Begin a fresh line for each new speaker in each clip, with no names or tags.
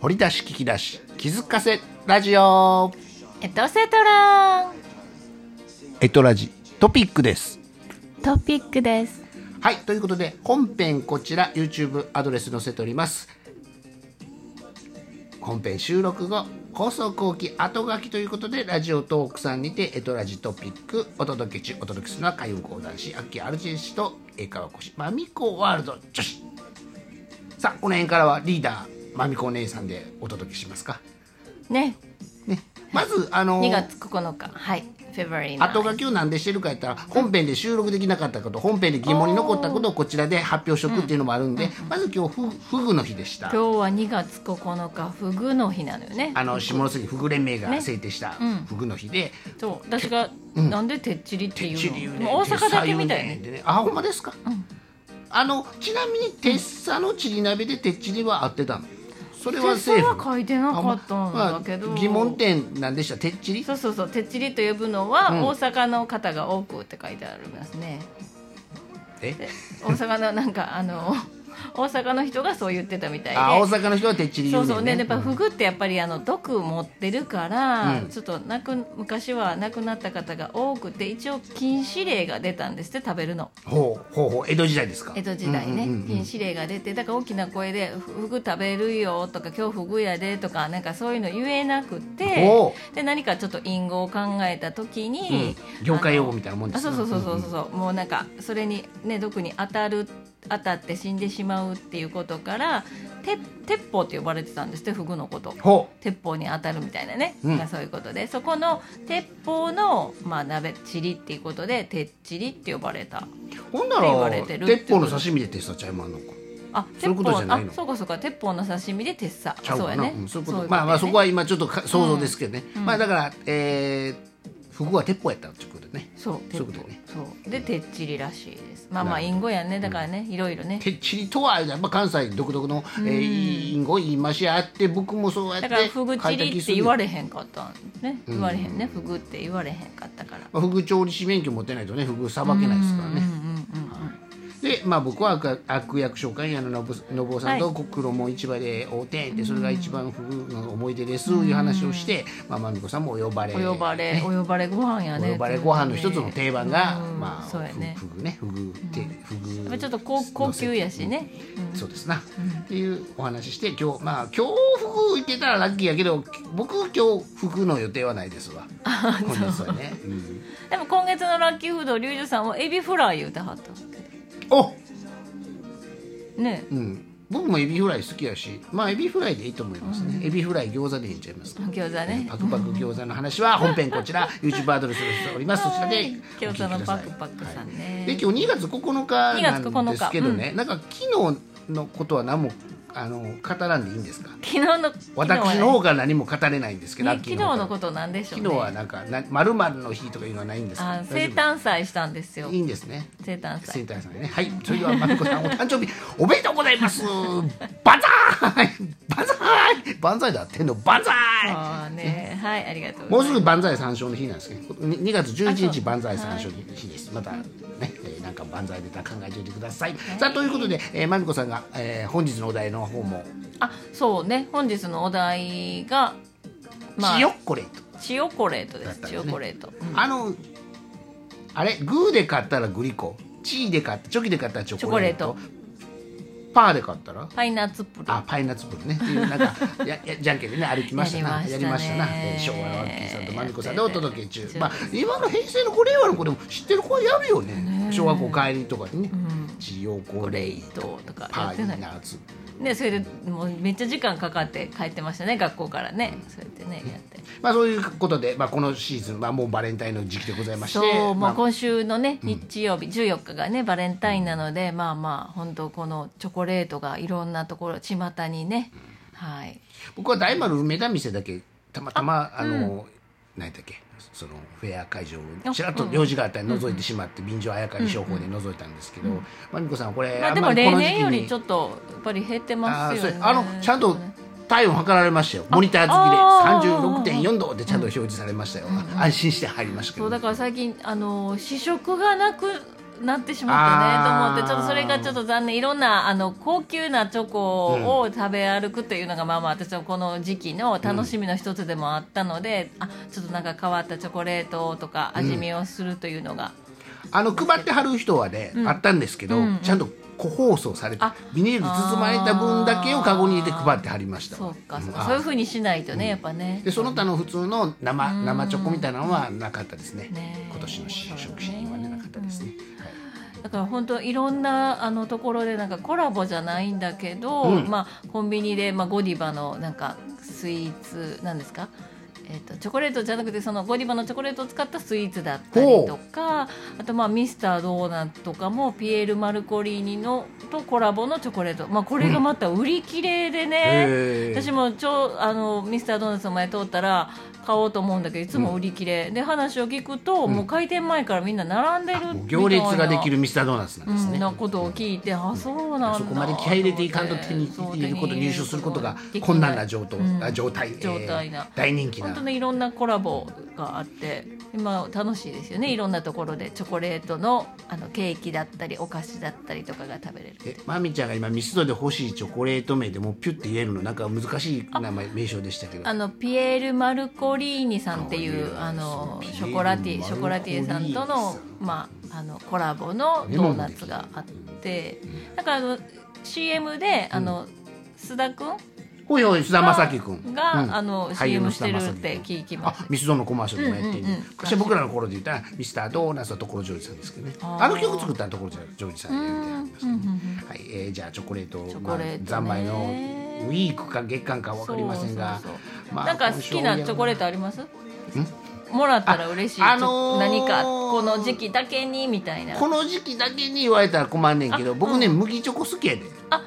掘り出し聞き出し気づかせラジオ
エトセトラン
エトラジトピックです
トピックです
はいということで本編こちら YouTube アドレス載せております本編収録後放送後期後書きということでラジオトークさんにてエトラジトピックお届け中お届けするのは海運講談師秋アルジェン氏と英川越マミコワールド女子さあこの辺からはリーダーマミコお姉さんでお届けしますか
ね
ねまずあの
2月9日はいフェブリー
後書きを何でしてるかやったら本編で収録できなかったこと本編で疑問に残ったことをこちらで発表しとくっていうのもあるんで、まず今日フフグの日でした
今日は2月9日フグの日なのよね
あの下関フグ連盟が
ね
制定した
うん
フグの日で、
そう私が、なんでてっちりって
鉄
い
流
うの
ね
もう大阪だけみたい
鉄
ね
砂湯ねあほんまですか、あのちなみに鉄砂のちり鍋で鉄ちりは合ってたのそれは
手
セー
相
フ
は書いてなかったんだけど、
あまあ疑問点なんでした鉄ちり
そうそうそうてっちりと呼ぶのは
うん
大阪の方が多くって書いてありますね、
え
大阪のなんかあの大阪の人がそう言ってたみたいで
あ大阪の人は鉄ちり
そ
言う
う
ねん
そうねやっぱフグってやっぱりあの毒持ってるか
う
ら、
ん
ちょっとなく昔は亡くなった方が多くて一応禁止令が出たんですって食べるの
ほうほうほう江戸時代ですか
江戸時代ね、
うんうんうんうん
禁止令が出てだから大きな声で「フグ食べるよ」とか「今日フグやで」とかなんかそういうの言えなくて
おう
で何かちょっと隠語を考えた時に、
うん業界用語みたいなもんで
あ
すね
そうそうそうそうそうそうもうなんかそれにね毒に当たる当たって死んでしまうっていうことから鉄鉄砲って呼ばれてたんですってフグのこと
ほ
鉄砲に当たるみたいなね、
うん
まあそういうことでそこの鉄砲のまあ鍋チリっていうことで鉄チリって呼ばれた
うほんな
って言わ
ら
れてるって
鉄砲の刺身でテスタちゃいまんのか
あ
そう
鉄
いうこ
砲
とじゃないの
あそうかそうか鉄砲の刺身で鉄砂
ちゃう
そう
か
や
な
ね
うんそういうこ
や
と
ね
まあまあそこは今ちょっとか想像ですけどね
うん
まあだからえー服は鉄砲やったっていうことでね
そう
そうい
鉄
う
砲
ことね
そうで鉄チリらしいですまあまあ
なるほ
隠語やねだからねいろいろね
てっちりとはやっぱ関西独特のえー隠語言いましあって僕もそうやって
だからフグチリって言わ
れ
れへんかったんね言われへんねフグって言われへんかったから
フグ調理師免許持ってないとねフグさばけないですからねでまあ僕は悪悪役所官やの信信夫さんと黒門市場で会うてでそれが一番不遇の思い出ですという話をしてまあまみこさんもお呼ばれ
お呼ばれ
ね
お呼ばれご飯や
お
ね
呼ばれご飯の一つの定番が
うん
まあ
そうやね
ふふぐねふぐてふ
やっ
ぐ
ぱちょっと高高級やしね
そうですなっていうお話しして今日まあ今日ふぐ行けたらラッキーやけど僕今日ふぐの予定はないですわ本日はねうん
でも今月のラッキーフード龍樹さんはエビフライ言うてはったんですけ
お
どね
うん僕もエビフライ好きやしまあエビフライでいいと思いますねエビフライ餃子でいいんちゃいますか
餃子ね
パクパク餃子の話は本編こち ら YouTube アドレスにしておりますそちらでお聞きく
餃
だ
子
さい
のパクパクさんね
で今日2月9日なんですけどね、なんか昨日のことは何もあの語らんでいいんですか
昨日の
私の方が何も語れないんですけど、
ね昨日のこととなんでしょう
昨
ね
日はなんかまるまるの日とかいうのはないんですか
あ生誕祭したんですよ
いいんですね
生誕
生
祭
誕さんねはいそれではまみこさんお誕生日 おめでとうございますバンザーイバンザーイバンザイだってんのバンザーイ
ああねはいありがとう
も
ご
う
ざい
す
ま
ぐ万歳三唱の日なんですね。に2月11
あそ
日
う
万歳三唱の日です。またね、えーなんか万歳でたら考えておいてください。さあということで、えー、まみこさんが、えー本日のお題の方も、
すあそうね本日のお題が
ま
ま
あ、
あ
塩コレート。
チオコレートで
だっ
す
たんです
チ
ね
オコレートうん
あのあれグーで買ったらグリコ、チーで買ったチョキで買ったらチョコレート、
チョコ
パーで買ったら
パイナッツプル
あパイナッツプルねっていうなんか ややじゃんけんでね歩きましたなやり
やり
ま
ま
し
したたね
な、えー昭和のワッキーさんとまみこさんでお届け中
やってて
まあ今の平成の子令和の子でも知ってる子はやるよね小学校帰りとかでね「チヨコ
コ
レ
レ
イ
ー
ト
トとかや
パ
って
イナ
ない
ッツプ
ねそれでもうめっちゃ時間かかって帰ってましたね学校からねそうやってねやって
ル」まあそういうことで、まあ、このシーズン、まあ、もうバレンタインの時期でございまして
そう、
ま
ま
あ
あ、今週のね日曜日、14日がねバレンタインなので、まあまあ本当このチョコレートがいろんなところ巷にね、はい
僕は大丸梅田店だけたまたまあの、何だっけそのフェア会場をちらっと用事があったら覗いてしまって、便乗あやかり商法で覗いたんですけど、まみこさんこれ、
まあ、でも
んまりこ
例
の時期
年
に
よりちょっとやっぱり減って
あ
ます
ーそ
よ
う
ね
あのちゃんと体温測られましたよモニター
あ
付
あ
きで36.4度でちゃんと表示されましたよ、安心して入りましたけ
そ
ど
うだから最近あの試食がなくなってし
あー
まったねと思ってちょっとそれがちょっと残念いろんなあの高級なチョコを食べ歩くというのが、まあまあ私はこの時期の楽しみの一つでもあったので、あちょっとなんか変わったチョコレートとか味見をするというのが、
あの配ってはる人はね、あったんですけど、
うんうん
ちゃんと個包装されて
あ
ビニールに包まれた分だけをカゴに入れて配ってはりました
そうかそうか、
ん
そういうふうにしないとね、やっぱね
でその他の普通の生生チョコみたいなのはなかったですね
ねえ
今年の食品はねなかったですね、はい
だから本当いろんなあのところでなんかコラボじゃないんだけど、
うん
まあ、コンビニで、まあ、ゴディバのなんかスイーツなんですかえっとチョコレートじゃなくてそのゴディバのチョコレートを使ったスイーツだったりとかあとまあミスタードーナツとかもピエール・マルコリーニのとコラボのチョコレート、まあ、これがまた売り切れでね、
へえ
私もちょあのミスタードーナツの前通ったら買おうと思うんだけどいつも売り切れ、で話を聞くと、もう開店前からみんな並んでるみたい
も
な
う行列ができるミスタードーナツなんです
う
ね、
ん、なことを聞いて、あそうなんだ
そこまで気合い入れていかんと手に入れること入手することが困難な状態、あ状態,、えー
状態な
大人気な
本当にいろんなコラボがあって今楽しいですよねいろんなところでチョコレートのあのケーキだったりお菓子だったりとかが食べれる
えまみちゃんが今ミスドで欲しいチョコレート名でもうピュッて言えるのなんか難しい名前名称でしたけど
あのピエール・マルコリーニさんっていうあのショコラティショコラティエさんとの,、まあ、あのコラボのドーナツがあってだからあの CM であの、須田君
ほいほい須田
が
正樹君
が、
うん
あの
俳優の
CM
須
し
田
てる
正
っ
樹
て
君
聞きま
あ
す
ミスドのコマーシャルもやっている、
うんうんうん
昔僕らの頃で言ったらミスタードーナツは所ジョージさんですけどね
あ
あ
ー
の曲作ったの所ジョージさんやみたいなのありますね、
うんうんうん
はいえーじゃあチョコレート
チョコレートね
まあ、三昧のウィークか月間かわかりませんが
そうそうそう
まあ
なんか好きなチョコレートありますもらったら嬉しい、
ああのー
何かこの時期だけにみたいな
この時期だけに言われたら困んねんけど僕ね、麦チョコ好きやで
あ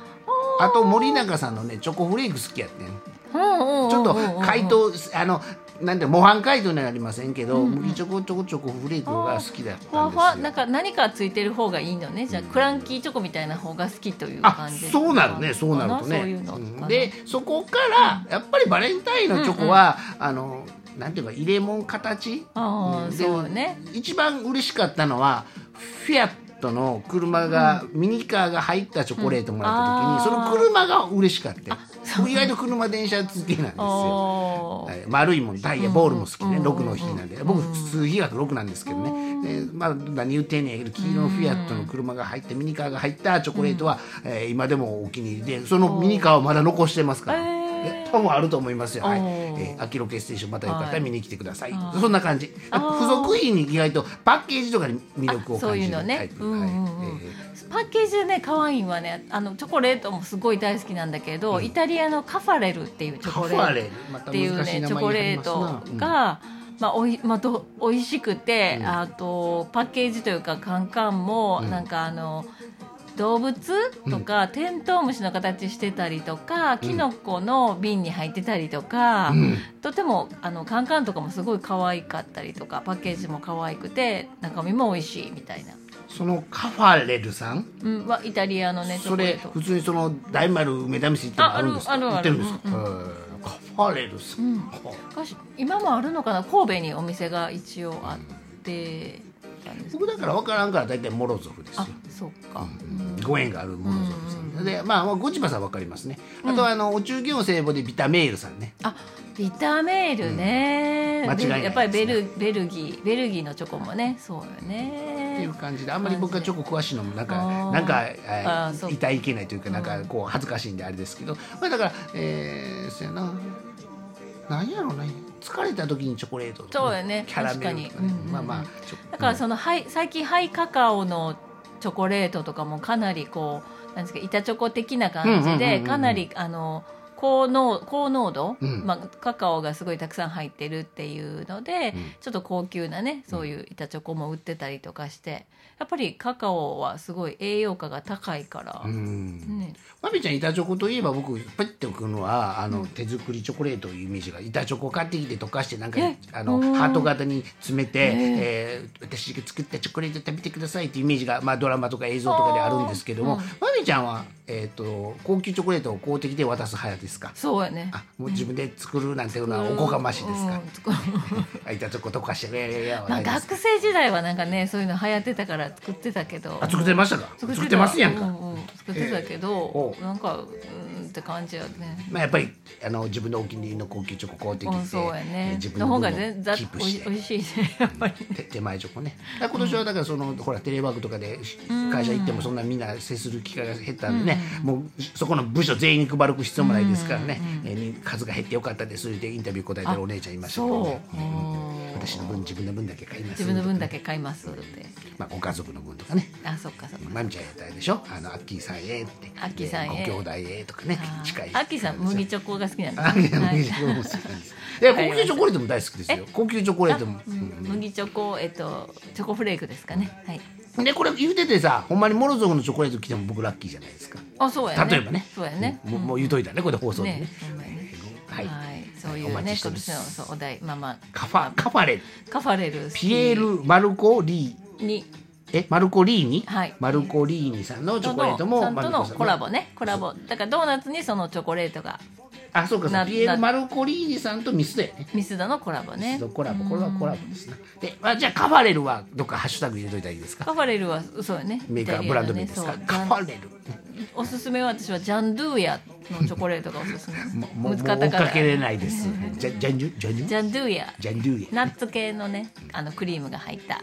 あと森永さんのねチョコフレーク好きやってん
うんうん
ちょっ
うんうんう
と
ん
解凍あのなんて模範解凍にはなりませんけど、麦チョコチョコチョコフレークが好きだったんです
ふ
よ
わふわなんか何かついてる方がいいのねじゃあクランキーチョコみたいな方が好きという
あ
感じ
そうなるねそうなるとね
そういうのか
うん
な
でそこからやっぱりバレンタインのチョコは、あのなんていうか入れ物形
ああ
で
そうね
一番嬉しかったのはフィアットの車が、ミニカーが入ったチョコレートもらった時に、
うんあー
その車が嬉しかったよ僕意外と車電車好きなんですよ
おー
はい丸いもんダイヤボールも好きね、
うん
6の日なんで、僕数比額6なんですけどね、でまあ、何言ってんねんやけど黄色のフィアットの車が入ってミニカーが入ったチョコレートは、えー今でもお気に入りでそのミニカーをまだ残してますから、
へー
え多分あると思いますよ、はい
お
え
ー
ー、秋ロケステーションまたよかった
は
ら
い
見に来てください、
あー
そんな感じ
あー
付属品に意外とパッケージとかに魅力を
あそう
感
い
じ
う
る
の
タイ
ね、
プ
うんうんうん
はいえー
パッケージでね可愛いわねあのチョコレートもすごい大好きなんだけど、イタリアのカファレルっていうチ
カ
ョコ
フ
レ
ァ
ー
レル
ト
また
っていう
難しい
ね
名
チョ
前
コ
にな
レ
り
ー
ますな
トが、まあおいまあど美味しくて、
うん
あとパッケージというかカンカンも、
うん
なんかあの動物とか、テントウムシの形してたりとかキノコの瓶に入ってたりとか、
うん
とてもあのカンカンとかもすごい可愛かったりとかパッケージも可愛くて中身も美味しいみたいな。
そのカファレルさん
うん、はイタリアのねチョ
そ
コレ
れ
ート
普通にその大丸梅田店行ってもあるんですか
あある
売っ
あ
て
る
る
あ
んで
る
すか、へーカファレルさん、
うん
はあ
昔今もあるのかな神戸にお店が一応あってたんです
僕だから分からんから大体モロゾフですよ
あそうか、
うんご縁があるモロゾフさん、でまあまあゴチバさん分かりますねあとはあのお中元を聖母でビタメールさんね
あビタメールね、
うん間違いないですね
やっぱりベルベルギーベルギーのチョコもねそうよね
っていう感じであんまり僕がチョコ詳しいのもなん
あ
か
ー
なんか、えー
あーそう
いたいけないというかなんかこう恥ずかしいんであれですけど、まあ、だからえー、そやななんやろうね疲れた時にチョコレートとかね
そうよね
キャラメルとかね
確かにうんうんうん
まあまあちょ
だからその、ハイ最近ハイカカオのチョコレートとかもかなりこうなんですか板チョコ的な感じ
うんうんうん
で
うん
かなりあの高濃高濃度、
うん
まあ、カカオがすごいたくさん入ってるっていうので、
うん
ちょっと高級なねそういう板チョコも売ってたりとかしてやっぱりカカオはすごい栄養価が高いから、
うん
ね、
まみちゃん板チョコといえば僕パッて置くのはあの、手作りチョコレートいうイメージが板チョコ買ってきて溶かしてなんか
え
あの
おー
ハート型に詰めて、えー私が作ったチョコレート食べてくださいっていうイメージが、まあ、ドラマとか映像とかであるんですけども
うん
まみ、ねちゃんは、えー、と高級チョコレートを公的で渡す派ですか
そうやね
あもう自分で作るなんていうのは
う
お
ん
こがましいですか、
うん作る
あいたチョコ溶かしていやいやいや
ま
な
あ
いです
学生時代はなんかねそういうの流行ってたから作ってたけど
あ作ってましたか作ってますやんか、
うう作ってたけど、
ええ
なんかうんって感じやね
まあ、やっぱりあの自分のお気に入りの高級チョコ買うてきて、
うんそうや
えー
ね
自分
の
の
方
分
が
を
全然
キープ
おい
し
しお
て
いしいねやっぱり
手手前チョコねだから今年はだからその、ほらテレワークとかで会社行ってもそんなみんな接する機会が減ったんでね、もうそこの部署全員に配る必要もないですからね、えー数が減ってよかったですそれでインタビュー答えてるお姉ちゃんいましたけどね
そう
うん
うん
私の分自分の分だけ買います
自分の分だけ買いますって
まあ、ご家族の分とかね
あそっかそっか
まみちゃんやったらでしょあのアッキーさんへって
アッキーさんへ
でご兄弟へとかね
あ
近い
ーアッキーさん麦チョコが好きなん
あ
だ、
いや
は
麦
い
チョコも好きなんです。いや、
わか
高
りました
級チョコレートも大好きですよ。高級チョコレートも。
うん麦チョコえっとチョコフレークですかねはい
で、これ言うててさ、ほんまにモロゾフのチョコレート来ても僕ラッキーじゃないですか。
あそうやね
例えばね。
そうやね
もうもう言うといたね、これ放送で
ね
ね。
ほんまやね
はい。
そうい
お
う
待
ね
ちして
今
ま
年
す
のそうお題まあまあ
カファ、カファレ、
カファレル
ピエール、マルコリー。
に
え、マルコリーニ、
はい
マルコリーニさんのチョコレートも
さんとの
マルコさん
コラボねコラボだからドーナツにそのチョコレートが
あ、そうかそう
な
ピエール
な
マルコリーニさんとミスだよね。
ミスドのコラボね
ミスドコラボ、これはコラボですね。で、あじゃあカファレルはどっかハッシュタグ入れといたらいいですか。
カファレルはそうよね
メーカー、
イ
ブ
タリ
ラ
ア
ン
の
ド
ね
名 ですか。
そう
カファレル。
おすすめは私はジャンドゥーヤのチョコレートがおすすめ
もうもう
難
もう
か
追
った
っ
から
かけれないです。ジャジャンジュジャンジ
ジ
ュ
ャンドゥーヤ
ジャンドゥ ーや。
ナッツ系のねあのクリームが入った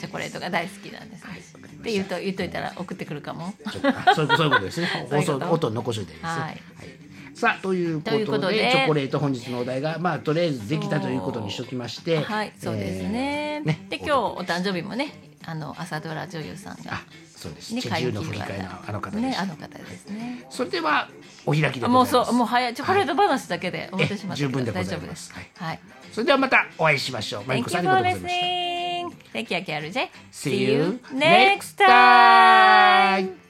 チョコレートが大好きなんです、って言うと言っといたら送ってくるかも
ちょっとあそういうそういうことですね。
そう
放
いう
送
こと
音を残していただきます。
は
はいい。さあということ
とい
で
うことで
チョコレート本日のお題がまあとりあえずできたということにしときまして、
はいそうですね,、
えーね
で今日お誕生日もねあの朝ドラ女優さんが
あそうです。
ね
チェジュの振り返りのあの方です。
ねあの方ですね
それではお開きでございます。
もうそうもう早いチョコレート話だけで終わってしまったけど
え十分でございま
大
す
丈夫です
はい
はい
それではまたお会いしましょう。マリ
Thank
コさ
you
んありがと
for
うございました。
listening Thank you KRJ
See you
next
next
time
time.